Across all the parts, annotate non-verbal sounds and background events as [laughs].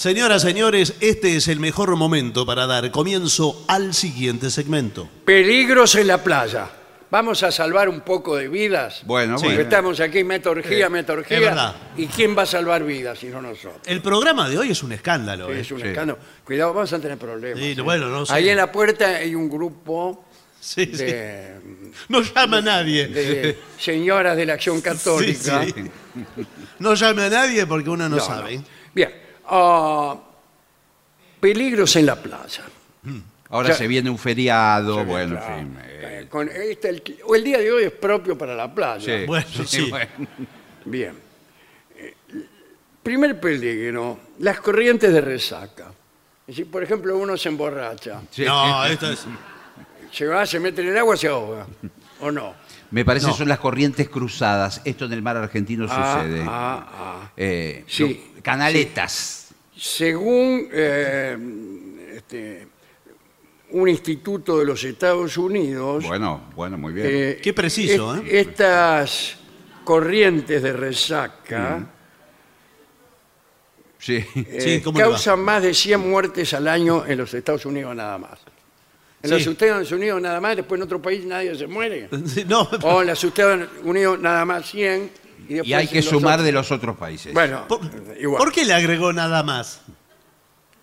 Señoras, señores, este es el mejor momento para dar comienzo al siguiente segmento. Peligros en la playa. Vamos a salvar un poco de vidas. Bueno, Porque bueno. Estamos aquí, metorgía, metorgía. Eh, es verdad. ¿Y quién va a salvar vidas si no nosotros? El programa de hoy es un escándalo. ¿eh? es un sí. escándalo. Cuidado, vamos a tener problemas. Sí, ¿eh? bueno, no sé. Ahí en la puerta hay un grupo Sí, sí. de, No llama a nadie. de señoras de la acción católica. Sí, sí. No llame a nadie porque uno no, No, sabe. no. Bien. Ah, peligros en la playa. Ahora Ya- se viene un feriado, bueno, Claro. en fin. eh, Eh, con este- el, o el día de hoy es propio para la playa. [laughs] sí, Bueno, sí. bueno. Bien. Eh, primer peligro, las corrientes de resaca. Si, por ejemplo, uno se emborracha, Sí. No, esto es. [laughs] se va, se mete en el agua, se ahoga. ¿O no? Me parece No. son las corrientes cruzadas. Esto en el mar argentino Ah, [laughs] sucede. ah, ah. Eh, Sí. lo- canaletas. Según eh, este, un instituto de los Estados Unidos, Bueno, bueno, muy bien. Eh, Qué preciso, est- Estas corrientes de resaca Sí. eh, Sí, ¿cómo le va? causan más de 100 muertes al año en los Estados Unidos nada más. En Sí. los Estados Unidos nada más, después en otro país nadie se muere. No, O en los Estados Unidos nada más 100. Y, después Y hay que pues en los sumar otros- de los otros países. Bueno, por, igual. ¿por qué le agregó nada más?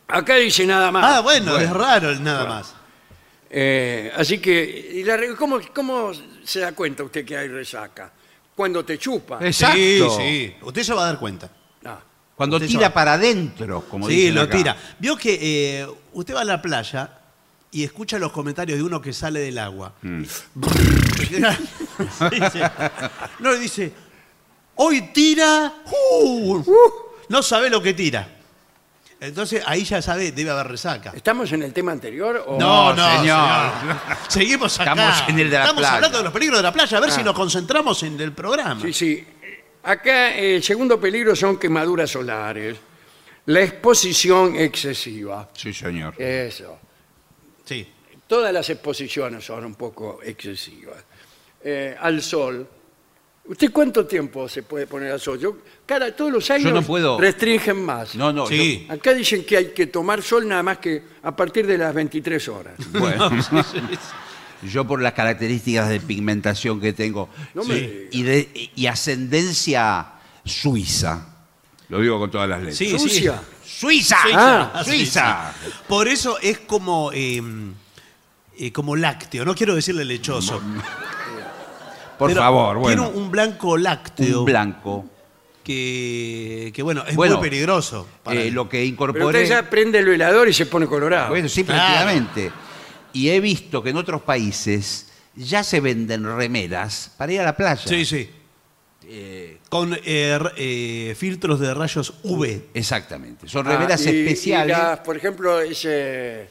Acá dice nada más. Ah, bueno, bueno. es raro el nada más. Eh, así que, y la re- ¿cómo, ¿cómo se da cuenta usted que hay resaca? Cuando te chupa. Es- Exacto. Sí, sí. Usted se va a dar cuenta. Ah, Cuando usted tira sabe. para adentro, como sí, dicen lo acá. tira. Vio que eh, usted va a la playa y escucha los comentarios de uno que sale del agua. Mm. [laughs] Sí, sí. No le dice, hoy tira, uh, no sabe lo que tira. Entonces ahí ya sabe, debe haber resaca. ¿Estamos en el tema anterior? O... No, No, no, señor. señor. Seguimos acá. Estamos en el de la Estamos playa. hablando de los peligros de la playa, a ver Ah. si nos concentramos en el programa. Sí, sí. Acá eh, el segundo peligro son quemaduras solares, la exposición excesiva. Sí, señor. Eso. Sí. [laughs] Todas las exposiciones son un poco excesivas. Eh, al sol. ¿Usted cuánto tiempo se puede poner al sol? Yo, cara, todos los años no puedo. restringen más. No, no, Sí. Acá dicen que hay que tomar sol nada más que a partir de las 23 horas. [laughs] yo- bueno. Yo por las características de pigmentación que tengo No me diga. y, de- y ascendencia suiza. Lo digo con todas las letras. Sí, sí. Sucia. ¡Suiza! Suiza. Ah, Sí, ¡Suiza! sí. Por eso es como, eh, eh, como lácteo. No quiero decirle lechoso. Por pero favor, bueno. Tiene un blanco lácteo Un blanco. Que, que, bueno, es Bueno, muy peligroso. para eh, él. lo que Pero incorporé. usted ya prende el velador y se pone colorado. Bueno, sí, Claro. prácticamente. Y he visto que en otros países ya se venden remeras para ir a la playa. Sí, sí. Con eh, r- eh, filtros de rayos UV. Exactamente. Son Ah, remeras y- y especiales. ¿eh? las, por ejemplo, ese-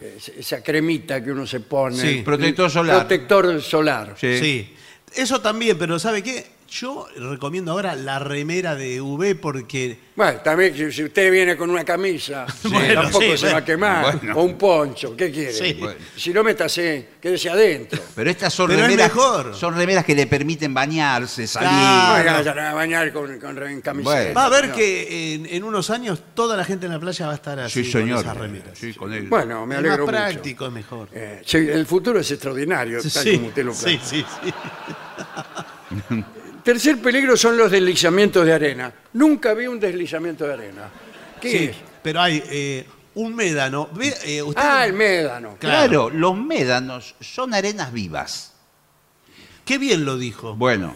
ese- esa cremita que uno se pone. Sí, protector solar. Protector solar. Sí. Sí. Eso también, pero ¿sabe qué? Yo recomiendo ahora la remera de UV porque... Bueno, también si, si usted viene con una [laughs] camisa, Bueno, tampoco sí, se bueno. va a quemar. Bueno. O un poncho, ¿qué quiere? Sí. Bueno. Si no, métase, quédese adentro. Pero estas son Pero es remeras. mejor. Son remeras que le permiten bañarse, salir. No Claro. Ah, vaya no. a bañar- a bañar con, con, en camiseta. Bueno. Va a ver No. que en, en unos años toda la gente en la playa va a estar así Sí, con señor. esas remeras. Sí, con él. Bueno, me Es alegro más mucho. práctico, es mejor. Eh, sí, el futuro es extraordinario, tal Sí, como usted lo sí, plantea. sí, sí. Tercer peligro son los deslizamientos de arena. Nunca vi un deslizamiento de arena. ¿Qué Sí, es? Pero hay eh, un médano. Ve, eh, usted- Ah, el médano. Claro, los médanos son arenas vivas. Qué bien lo dijo. Bueno,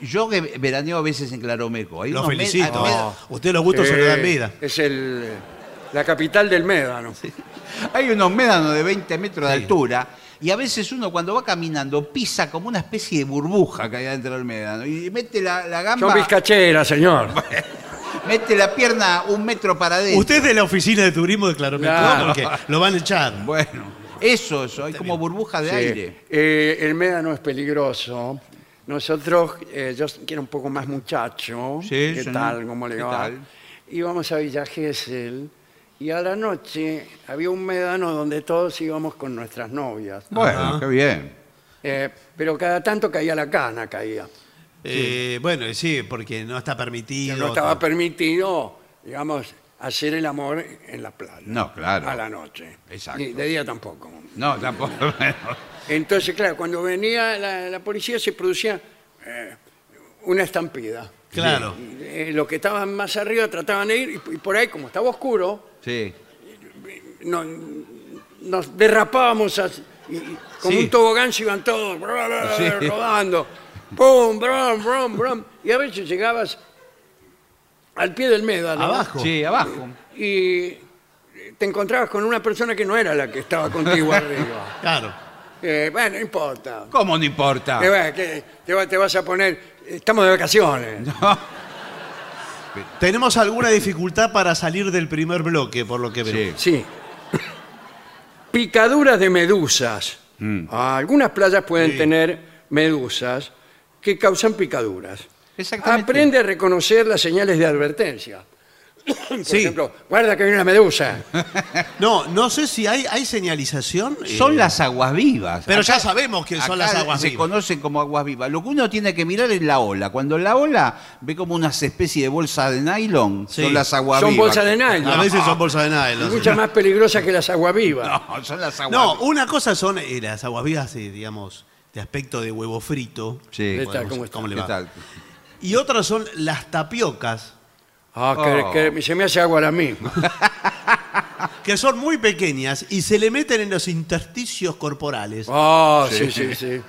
yo que veraneo a veces en Claromeco. Hay lo unos me- felicito. hay- No. Usted los gustos se lo dan Eh, vida. Es el, la capital del médano. Hay unos médanos de 20 metros de altura y a veces uno cuando va caminando pisa como una especie de burbuja que hay adentro del médano y mete la, la Son gamba, vizcacheras, señor. mete la pierna un metro para adentro. Usted es de la oficina de turismo de Claromeco, Claro. porque lo van a [laughs] echar. Bueno, eso, eso, hay como burbuja de Sí. aire. Eh, el médano es peligroso. Nosotros, eh, yo que era un poco más muchacho, Sí, ¿qué señor. tal? ¿Cómo le ¿Qué va? tal? Íbamos a Villa Gesell y a la noche había un médano donde todos íbamos con nuestras novias. Bueno, qué bien. Eh, pero cada tanto caía la cana, caía. Eh, bueno, sí, porque no está permitido. no estaba permitido, digamos, hacer el amor en la playa. No, claro. A la noche. Exacto. Ni de día tampoco. No, tampoco. [laughs] Entonces, claro, cuando venía la, la policía se producía eh, una estampida. Claro. Eh, los que estaban más arriba trataban de ir y, y por ahí, como estaba oscuro, sí. no- nos derrapábamos as- y- y como Sí. un tobogán, se iban todos bra, bra, Sí. rodando. ¡Pum! ¡Brum! ¡Brum! ¡Brum! Y a veces llegabas al pie del médano. Abajo. Sí, abajo. Y te encontrabas con una persona que no era la que estaba [laughs] contigo arriba. Claro. Eh, bueno, no importa. ¿Cómo no importa? Eh, bueno, que te, va- te vas a poner. Estamos de vacaciones. Tenemos alguna dificultad para salir del primer bloque, por lo que veo. Sí. Sí. [coughs] Picaduras de medusas. Ah, algunas playas pueden tener medusas que causan picaduras. Exactamente. Aprende a reconocer las señales de advertencia. [coughs] Por Sí. ejemplo, guarda que hay una medusa. No, no sé si hay, hay señalización. eh, [laughs] Son las aguas vivas. Pero ya sabemos que son las Acá aguas se vivas. conocen como aguas vivas. Lo que uno tiene que mirar es la ola. Cuando la ola ve como unas especies de bolsas de nylon, Sí. son las aguas Son vivas. bolsas de nylon. A veces son bolsas de nada. Muchas más peligrosas que las aguavivas. [laughs] No, son las aguas No, vivas. una cosa son eh, las aguas vivas, eh, digamos, de aspecto de huevo frito. Sí. ¿Qué tal? Podemos- ¿Cómo está? le ¿Qué va? tal? [laughs] Y otras son las tapiocas, Ah, que- Oh. que se me hace agua la misma. que son muy pequeñas y se le meten en los intersticios corporales. Ah, sí, sí, sí.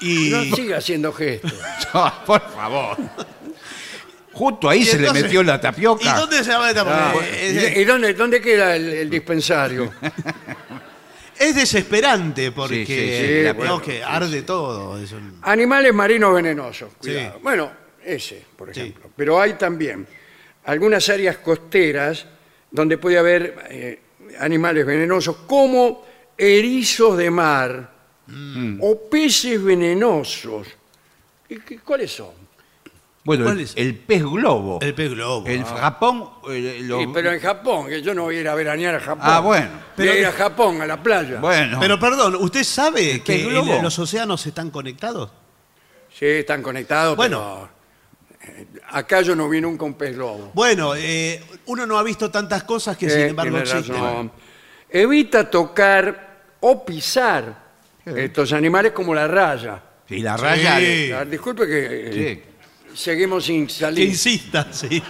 Y, No siga haciendo gestos. No, por favor. Justo ahí y se entonces- le metió la tapioca. ¿Y dónde se va la tapioca? Ah, Eh, es, ¿Y, y dónde, dónde queda el, el dispensario? [laughs] es desesperante porque Sí, sí, sí, no, la bueno, que arde todo. es un- Animales marinos venenosos, cuidado. Sí. Bueno, ese, por Sí. ejemplo. Pero hay también algunas áreas costeras donde puede haber eh, animales venenosos como erizos de mar Mm. o peces venenosos. ¿Y qué- ¿Cuáles son? Bueno, ¿Cuál el, es? el pez globo. El Ah. pez globo. El Japón. el- lo- Sí, pero en Japón, que yo no voy a ir a veranear a Japón. Ah, bueno. Voy a ir Pero- a Japón, a la playa. Bueno. Pero perdón, ¿usted sabe que pez globo? el- los océanos están conectados? Sí, están conectados, Bueno. pero, eh, acá yo no vi nunca un pez globo. Bueno, eh, uno no ha visto tantas cosas que Eh, sin embargo tiene existen. razón. Evita tocar o pisar estos animales como la raya. y la raya. Sí. Ah, Disculpe que eh, Sí. seguimos sin Que salir. insista, sí.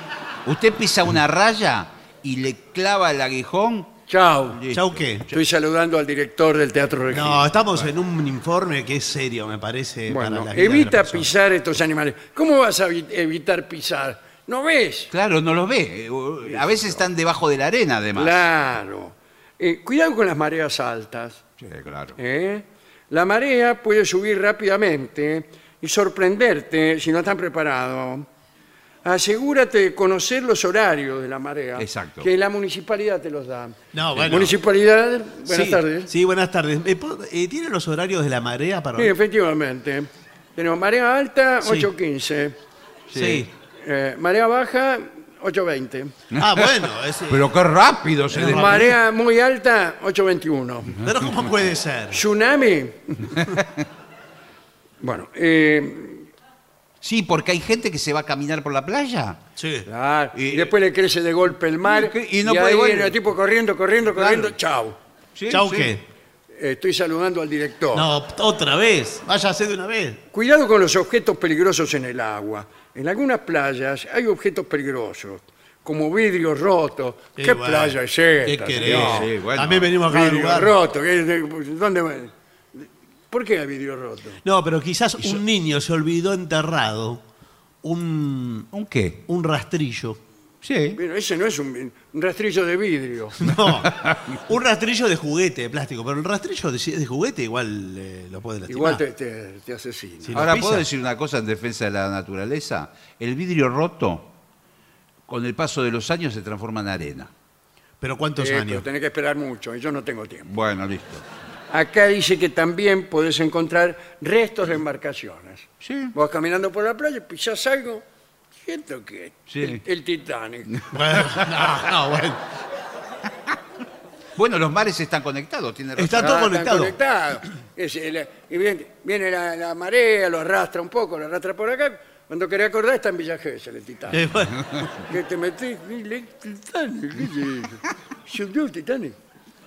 Usted pisa una raya y le clava el aguijón. Chao. Listo. ¿Chau qué? Estoy saludando al director del Teatro Regina. No, estamos en un informe que es serio, me parece. para bueno, la vida de las evita personas. pisar estos animales. ¿Cómo vas a evi- evitar pisar? ¿No ves? Claro, no los ve. Eh, A veces están debajo de la arena, además. Claro. Eh, cuidado con las mareas altas. Sí, claro. ¿eh? La marea puede subir rápidamente y sorprenderte si no estás preparado. Asegúrate de conocer los horarios de la marea, Exacto. que la municipalidad te los da. Eh, No, bueno. Municipalidad, buenas sí, tardes. Sí, buenas tardes. Eh, ¿puedo- eh, ¿Tienen los horarios de la marea para.? Sí, efectivamente. Tenemos marea alta, Sí. 8.15. Sí. Eh, marea baja, 8.20. Ah, bueno. es- eh, pero, Pero qué rápido se des- Marea muy alta, 8.21. ¿cómo puede ser? [laughs] Tsunami. bueno, eh, Sí, porque hay gente que se va a caminar por la playa. Sí. Claro, Y, Y- después le crece de golpe el mar. Y- y no puede ahí volver. viene el tipo corriendo, corriendo, corriendo. Chau. Sí, ¿Chau sí. qué? Eh, Estoy saludando al director. No, otra vez. Váyase de una vez. Cuidado con los objetos peligrosos en el agua. En algunas playas hay objetos peligrosos, como vidrios rotos. ¿Qué, Sí, bueno. playa es esta? ¿Qué querés? señor? Sí, bueno. También venimos acá del Vidrio lugar. roto. ¿qué- de- ¿Dónde va? ¿Por qué hay vidrio roto? No, pero quizás un niño se olvidó enterrado un, ¿Un qué? un rastrillo. Sí. Bueno, ese no es un, un rastrillo [laughs] de vidrio. No, un rastrillo de juguete, de plástico. Pero el rastrillo de, de juguete igual eh, lo puede lastimar. Igual te, te- te asesina. Sí. ¿Y los Ahora, pisa? ¿puedo decir una cosa en defensa de la naturaleza? El vidrio roto, con el paso de los años, se transforma en arena. Pero ¿cuántos Eh, pero años? tenés que esperar mucho y yo no tengo tiempo. Bueno, listo. Acá dice que también podés encontrar restos de embarcaciones. Sí. Vos caminando por la playa, pisás algo, siento que Sí. el, [laughs] el Titanic. Bueno, no, no, bueno. Bueno, los mares están conectados, tiene razón. Está todo Ah, están conectado. conectados. Es el- y viene, viene la, la marea, lo arrastra un poco, lo arrastra por acá. Cuando quería acordar está en Villa Gesell, el Titanic. Eh, bueno, Que te metes, dile, Titanic, ¿qué es [laughs] eso? Subió el Titanic.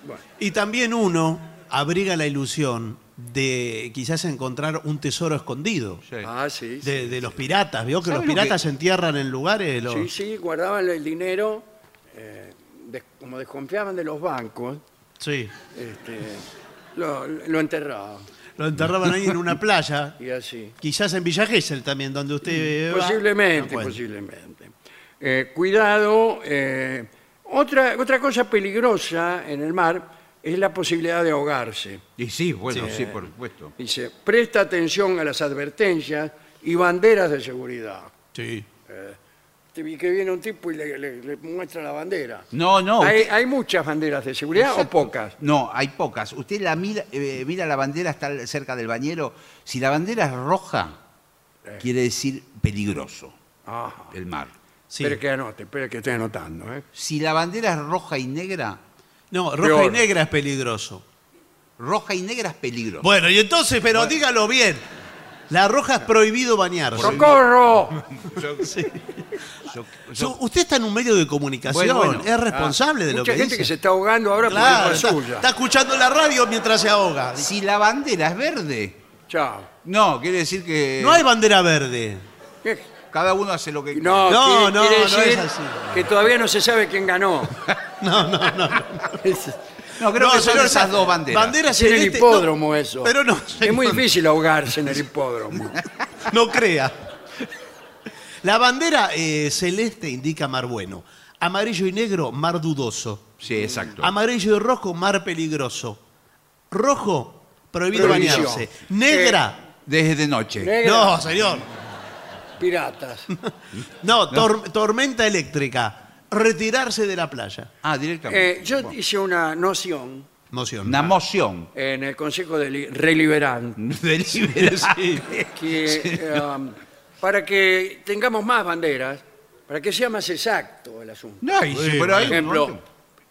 Bueno, Y también uno abriga la ilusión de quizás encontrar un tesoro escondido. Sí. ah, sí. sí. De, de los piratas, veo que ¿Sabe los lo que- piratas se entierran en lugares. los- Sí, sí, guardaban el dinero, eh, des- como desconfiaban de los bancos, sí. este, lo, lo enterraban Lo enterraban ahí en una playa. y así. Quizás en Villa Gesell también, donde usted. va, Mm, Posiblemente, Ah, no cuenta. posiblemente. Eh, cuidado, eh, otra, otra cosa peligrosa en el mar es la posibilidad de ahogarse. Y sí, bueno, sí, por supuesto. Dice, presta atención a las advertencias y banderas de seguridad. Sí. Te vi que viene un tipo y le, le- le muestra la bandera. No, no. ¿Hay, usted- hay muchas banderas de seguridad Exacto. o pocas? No, hay pocas. Usted la mira, eh, mira la bandera, está cerca del bañero. Si la bandera es roja, quiere decir peligroso Ajá. el mar. sí. Espera que anote, espera que esté anotando. ¿eh? Si la bandera es roja y negra, No, roja y Peor. negra es peligroso. roja y negra es peligroso. [laughs] Bueno, y entonces, pero dígalo bien. La roja es prohibido bañarse. ¡Socorro! Yo- Su- yo- usted está en un medio de comunicación, Bueno, bueno. es responsable de lo Ah, Mucha que gente dice. que se está ahogando ahora Claro, por está, culpa suya. está escuchando la radio mientras se ahoga. si la bandera es verde, Chao. no, quiere decir que No hay bandera verde. ¿Qué? cada uno hace lo que Eh, No, No, quiere- no, quiere no decir es así. Que todavía no se sabe quién ganó. [laughs] No, no, no. No, creo que son señor, esas esa- dos banderas. Bandera Es en el celeste, hipódromo no, eso. Pero no, Es muy señor, difícil ahogarse en el [laughs] hipódromo. no [laughs] crea. La bandera eh, celeste indica mar bueno. Amarillo y negro, mar dudoso. Sí, exacto. Amarillo y rojo, mar peligroso. Rojo, prohibido Prohibición. bañarse. Negra, Desde noche. Negra, no, señor. Piratas. No, tor- tormenta eléctrica. Retirarse de la playa. Ah, directamente. Eh, yo hice una noción Moción. Una moción. [laughs] en el Consejo de Li- Reliberante De liberar. [laughs] que eh, para que tengamos más banderas, para que sea más exacto el asunto. No, y Sí, sí, pero por hay Por un ejemplo, montón.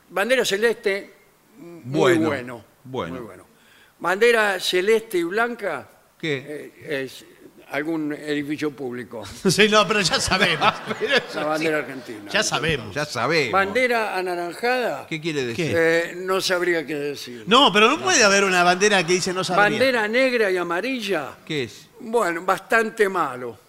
bandera celeste, m- muy Bueno, bueno. bueno. muy bueno. Bandera celeste y blanca ¿Qué? eh, es algún edificio público. [laughs] Sí, no, [laughs] pero ya sabemos. La bandera argentina. ya sabemos. Ya sabemos. Bandera anaranjada, ¿Qué quiere decir? ¿Qué? eh, no sabría qué decir. No, pero no puede haber una bandera que dice no sabría. bandera negra y amarilla, ¿Qué es? bueno, bastante malo.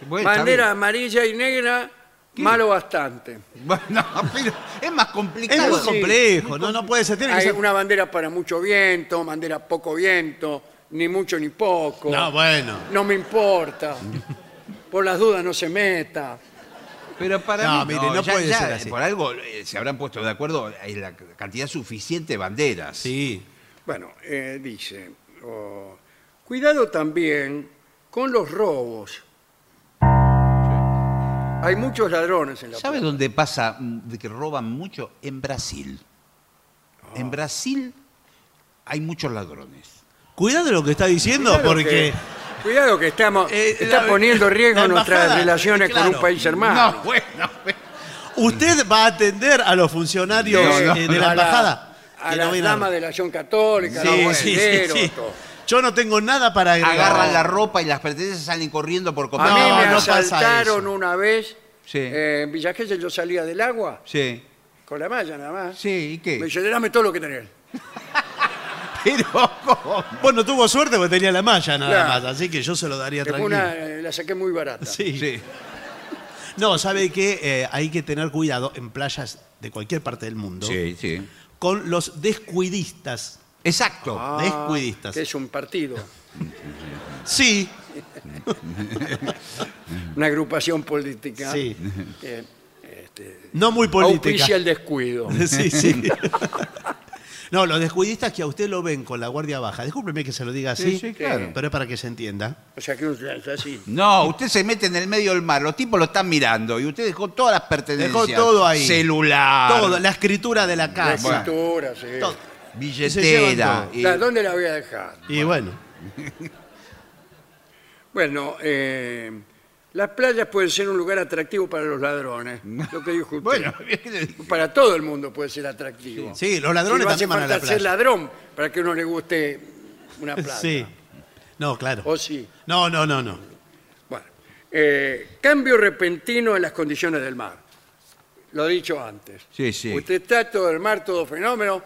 Bueno, está bandera bien. amarilla y negra, malo bastante. Bueno, [laughs] pero es más Es complicado. muy sí. complejo, no, no puede ser. Tiene que Hay ser... una bandera para mucho viento, bandera poco viento, ni mucho ni poco. No, bueno. No me importa. Por las dudas no se meta. Pero para No, mí, mire, no ya- puede ya ser así. Por algo eh, se habrán puesto de acuerdo en la cantidad suficiente de banderas. Sí. Bueno, eh, dice, oh, cuidado también con los robos. Hay muchos ladrones en la ¿Sabes dónde pasa mm, de que roban mucho? En Brasil. En Brasil hay muchos ladrones. Cuidado de lo que está diciendo, Cuidado porque. que- cuidado que estamos Eh, está la- poniendo en riesgo la nuestras embajada, relaciones con un claro. país hermano. No, bueno. pero- Usted va a atender a los funcionarios Eh, No, no, eh, de a la embajada. A que la no vienen a- dama de la acción católica, a Sí, los sí, sí, banderos, sí. todo. Yo no tengo nada para agregar. Agarran la ropa y las pertenencias salen corriendo por A comprar. No, mí me no pasa asaltaron eso. una vez Sí. eh, en Villa Gesell, yo salía del agua Sí, con la malla nada más. sí, ¿y Me qué? dice, dame todo lo que tenés. [laughs] Pero, ¿cómo? Bueno, tuvo suerte porque tenía la malla nada Claro. más, así que yo se lo daría Que fue tranquilo. una, eh, la saqué muy barata. Sí. Sí. No, sabe que eh, hay que tener cuidado en playas de cualquier parte del mundo Sí, sí. con los descuidistas. Exacto. Ah, Descuidistas. que es un partido, Sí, una agrupación política. sí. que, este, No muy política. auspicia el descuido. [laughs] Sí, sí. No, los descuidistas que a usted lo ven con la guardia baja. Discúlpeme que se lo diga así, Sí, sí, claro. pero es para que se entienda. O sea, que un, [laughs] así. No, usted se mete en el medio del mar, los tipos lo están mirando y usted dejó todas las pertenencias. Dejó todo ahí. Celular, Todo, la escritura de la La casa. escritura, sí. Ah, Todo. se llevan billetera. todo. y- La- ¿Dónde la voy a dejar? Y bueno, Bueno, eh, las playas pueden ser un lugar atractivo para los ladrones. Lo que dijo usted. [laughs] Bueno, ¿qué le digo? para todo el mundo puede ser atractivo. sí, los ladrones Y no hace también van a la falta ser playa. ladrón para que uno le guste una playa. Sí. No, claro. O sí. No, no, no, no. Bueno, eh, cambio repentino en las condiciones del mar. Lo he dicho antes. Sí, sí. Usted está todo el mar, todo fenómeno,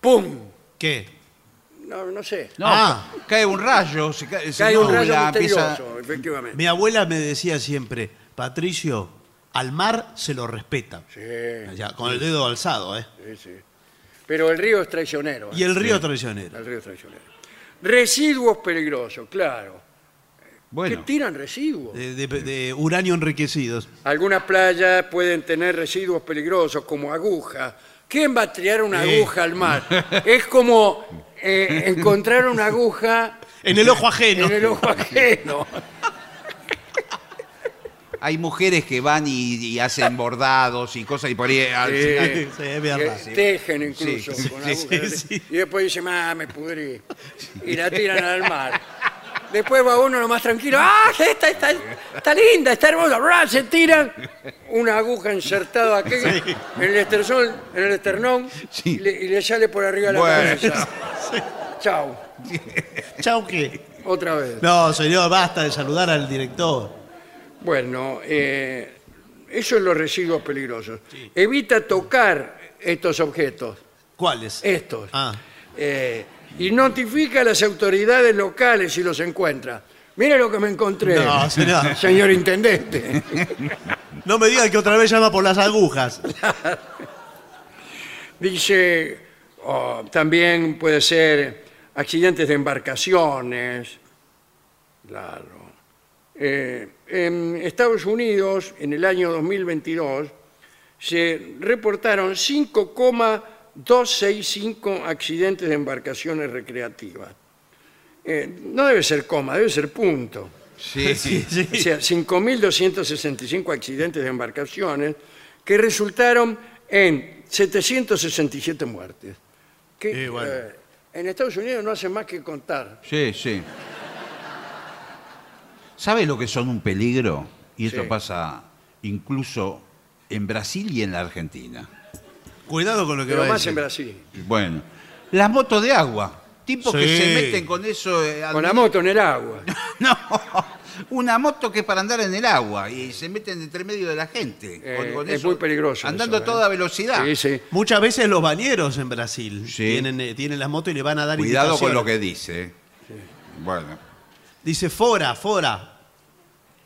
¡pum! ¿Qué? No, no sé. [laughs] No, Ah. cae un rayo, se cae, se Cae un nubla, rayo empieza- misterioso, efectivamente. Mi abuela me decía siempre, Patricio, al mar se lo respeta. Sí, Ya, con el dedo alzado, ¿eh? sí, sí. Pero el río es traicionero. Y ¿eh? el río traicionero. El río es traicionero. Residuos peligrosos, claro. Bueno, ¿Qué tiran residuos? De, de- de uranio enriquecidos. Algunas playas pueden tener residuos peligrosos como agujas. ¿Quién va a tirar una Sí. aguja al mar? Es como eh, encontrar una aguja En el ojo ajeno. [laughs] en el ojo ajeno. hay mujeres que van y, y hacen bordados y cosas y por ahí ah, al Sí. final- Sí, es verdad. Que tejen incluso Sí, con sí, agujas. sí, sí. Y después dicen, ah, me pudrí. Y la tiran al mar. Después va uno lo más tranquilo. ¡Ah, esta está, está linda, está hermosa! ¡Bra! Se tiran una aguja insertada aquí en, el esterzón, en el esternón Sí. y, le, y le sale por arriba la Bueno. cabeza. Chao, Chau, ¿qué? otra vez. No, señor, basta de saludar al director. Bueno, eh, eso es los residuos peligrosos. Evita tocar estos objetos, ¿Cuáles? estos. Ah, Eh, y notifica a las autoridades locales si los encuentra. Mire lo que me encontré, No, señor. señor intendente. no me digan que otra vez llama por las agujas. Dice, oh, también puede ser accidentes de embarcaciones. Claro. Eh, en Estados Unidos, en el año 2022, se reportaron 5,265 accidentes de embarcaciones recreativas. Eh, no debe ser coma, debe ser punto. Sí, [laughs] sí. Sí. O sea, 5.265 accidentes de embarcaciones que resultaron en 767 muertes. Que, Y bueno. eh, en Estados Unidos no hacen más que contar. Sí, sí. ¿Sabes lo que son un peligro? Y esto Sí. pasa incluso en Brasil y en la Argentina. Cuidado con lo que Pero va a más decir. en Brasil. Bueno, las motos de agua. Tipos que Sí. se meten con eso. eh, al- Con la moto en [laughs] el agua. [laughs] No, una moto que es para andar en el agua y se meten entre medio de la gente. con- Eh, con es eso, muy peligroso. Andando eso, a toda ¿eh? Ah. velocidad. Sí, sí. Muchas veces los bañeros en Brasil Sí. tienen, eh, tienen las motos y le van a dar Cuidado con indicaciones. lo que dice. eh. Bueno. Dice fora, fora.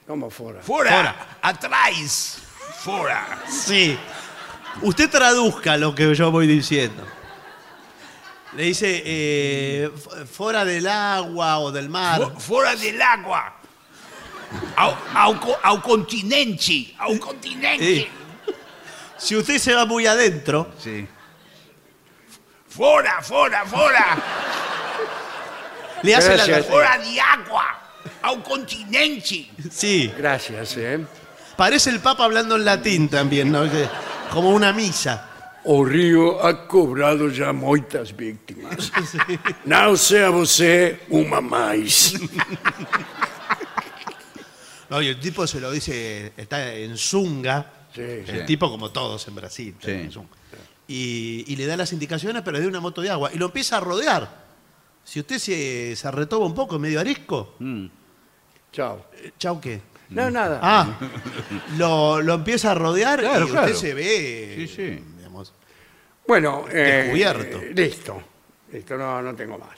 Como fuera. ¡Fuera! ¡Atrás! ¡Fuera! Sí. Usted traduzca lo que yo voy diciendo. Le dice eh, f- fuera del agua o del mar. ¡Fuera del agua! ¡Au, au, co- au continente! ¡Au continente! Sí. Si usted se va muy adentro, Sí. ¡Fuera, fuera, fuera! le hace la- Gracias. ¡Fuera de agua! ¡Au continente! Sí. Gracias, ¿eh? Parece el Papa hablando en latín también, ¿no? Que- Como una misa. O río ha cobrado ya [laughs] moitas víctimas. Não sea você uma mais. No, y el tipo se lo dice, está en zunga. Sí, El tipo como todos en Brasil. está Sí. en zunga. Y, y le da las indicaciones, pero le da una moto de agua. Y lo empieza a rodear. Si usted se, se retoba un poco, medio arisco, Mm. Chao. eh, chau qué. No, nada. Ah, lo, lo empieza a rodear Claro, y usted claro. se ve, Sí, sí. digamos, Bueno, eh, Descubierto. eh, listo. Listo, no, no tengo más.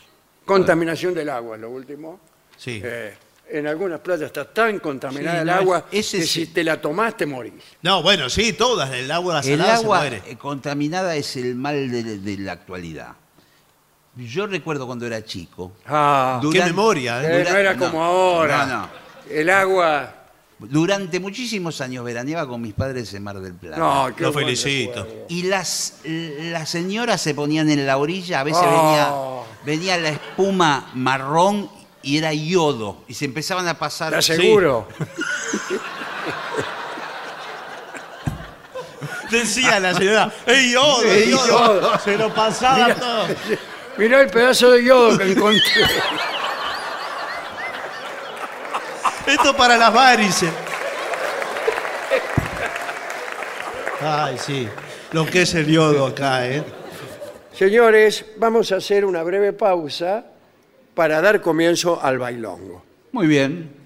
Contaminación del agua, lo último. sí. Eh, en algunas playas está tan contaminada Sí, el no, agua es- ese que sí. si te la tomás te morís. No, bueno, sí, todas. El agua El salada agua se muere. eh, contaminada es el mal de, de la actualidad. Yo recuerdo cuando era chico, Ah, Qué durante- memoria, ¿eh? dura- no era no, como ahora. no, no. El agua. durante muchísimos años veraneaba con mis padres en Mar del Plata. No, qué Lo buen felicito. recuerdo. Y las, las señoras se ponían en la orilla, a veces Oh. venía, venía la espuma marrón y era yodo. Y se empezaban a pasar. Te aseguro. Decía la señora, ¡Ey, yodo, Ey, yodo". yodo. Se lo pasaba Mira. todo. Mirá el pedazo de yodo que [laughs] encontré. Esto para las eh. varices. Ay, sí. Lo que es el yodo acá, ¿eh? Señores, vamos a hacer una breve pausa para dar comienzo al bailongo. Muy bien.